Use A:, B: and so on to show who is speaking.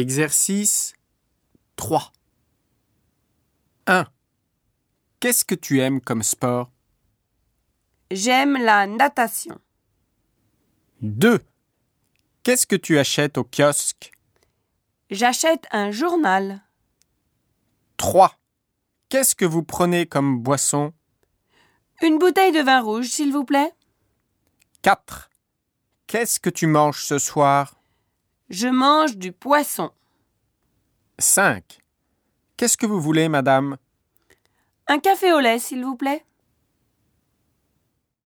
A: Exercice 3 1. Qu'est-ce que tu aimes comme sport
B: J'aime la natation.
A: 2. Qu'est-ce que tu achètes au kiosque
B: J'achète un journal.
A: 3. Qu'est-ce que vous prenez comme boisson
B: Une bouteille de vin rouge, s'il vous plaît.
A: 4. Qu'est-ce que tu manges ce soir
B: Je mange du poisson.
A: 5. Qu'est-ce que vous voulez, madame
B: Un café au lait, s'il vous plaît.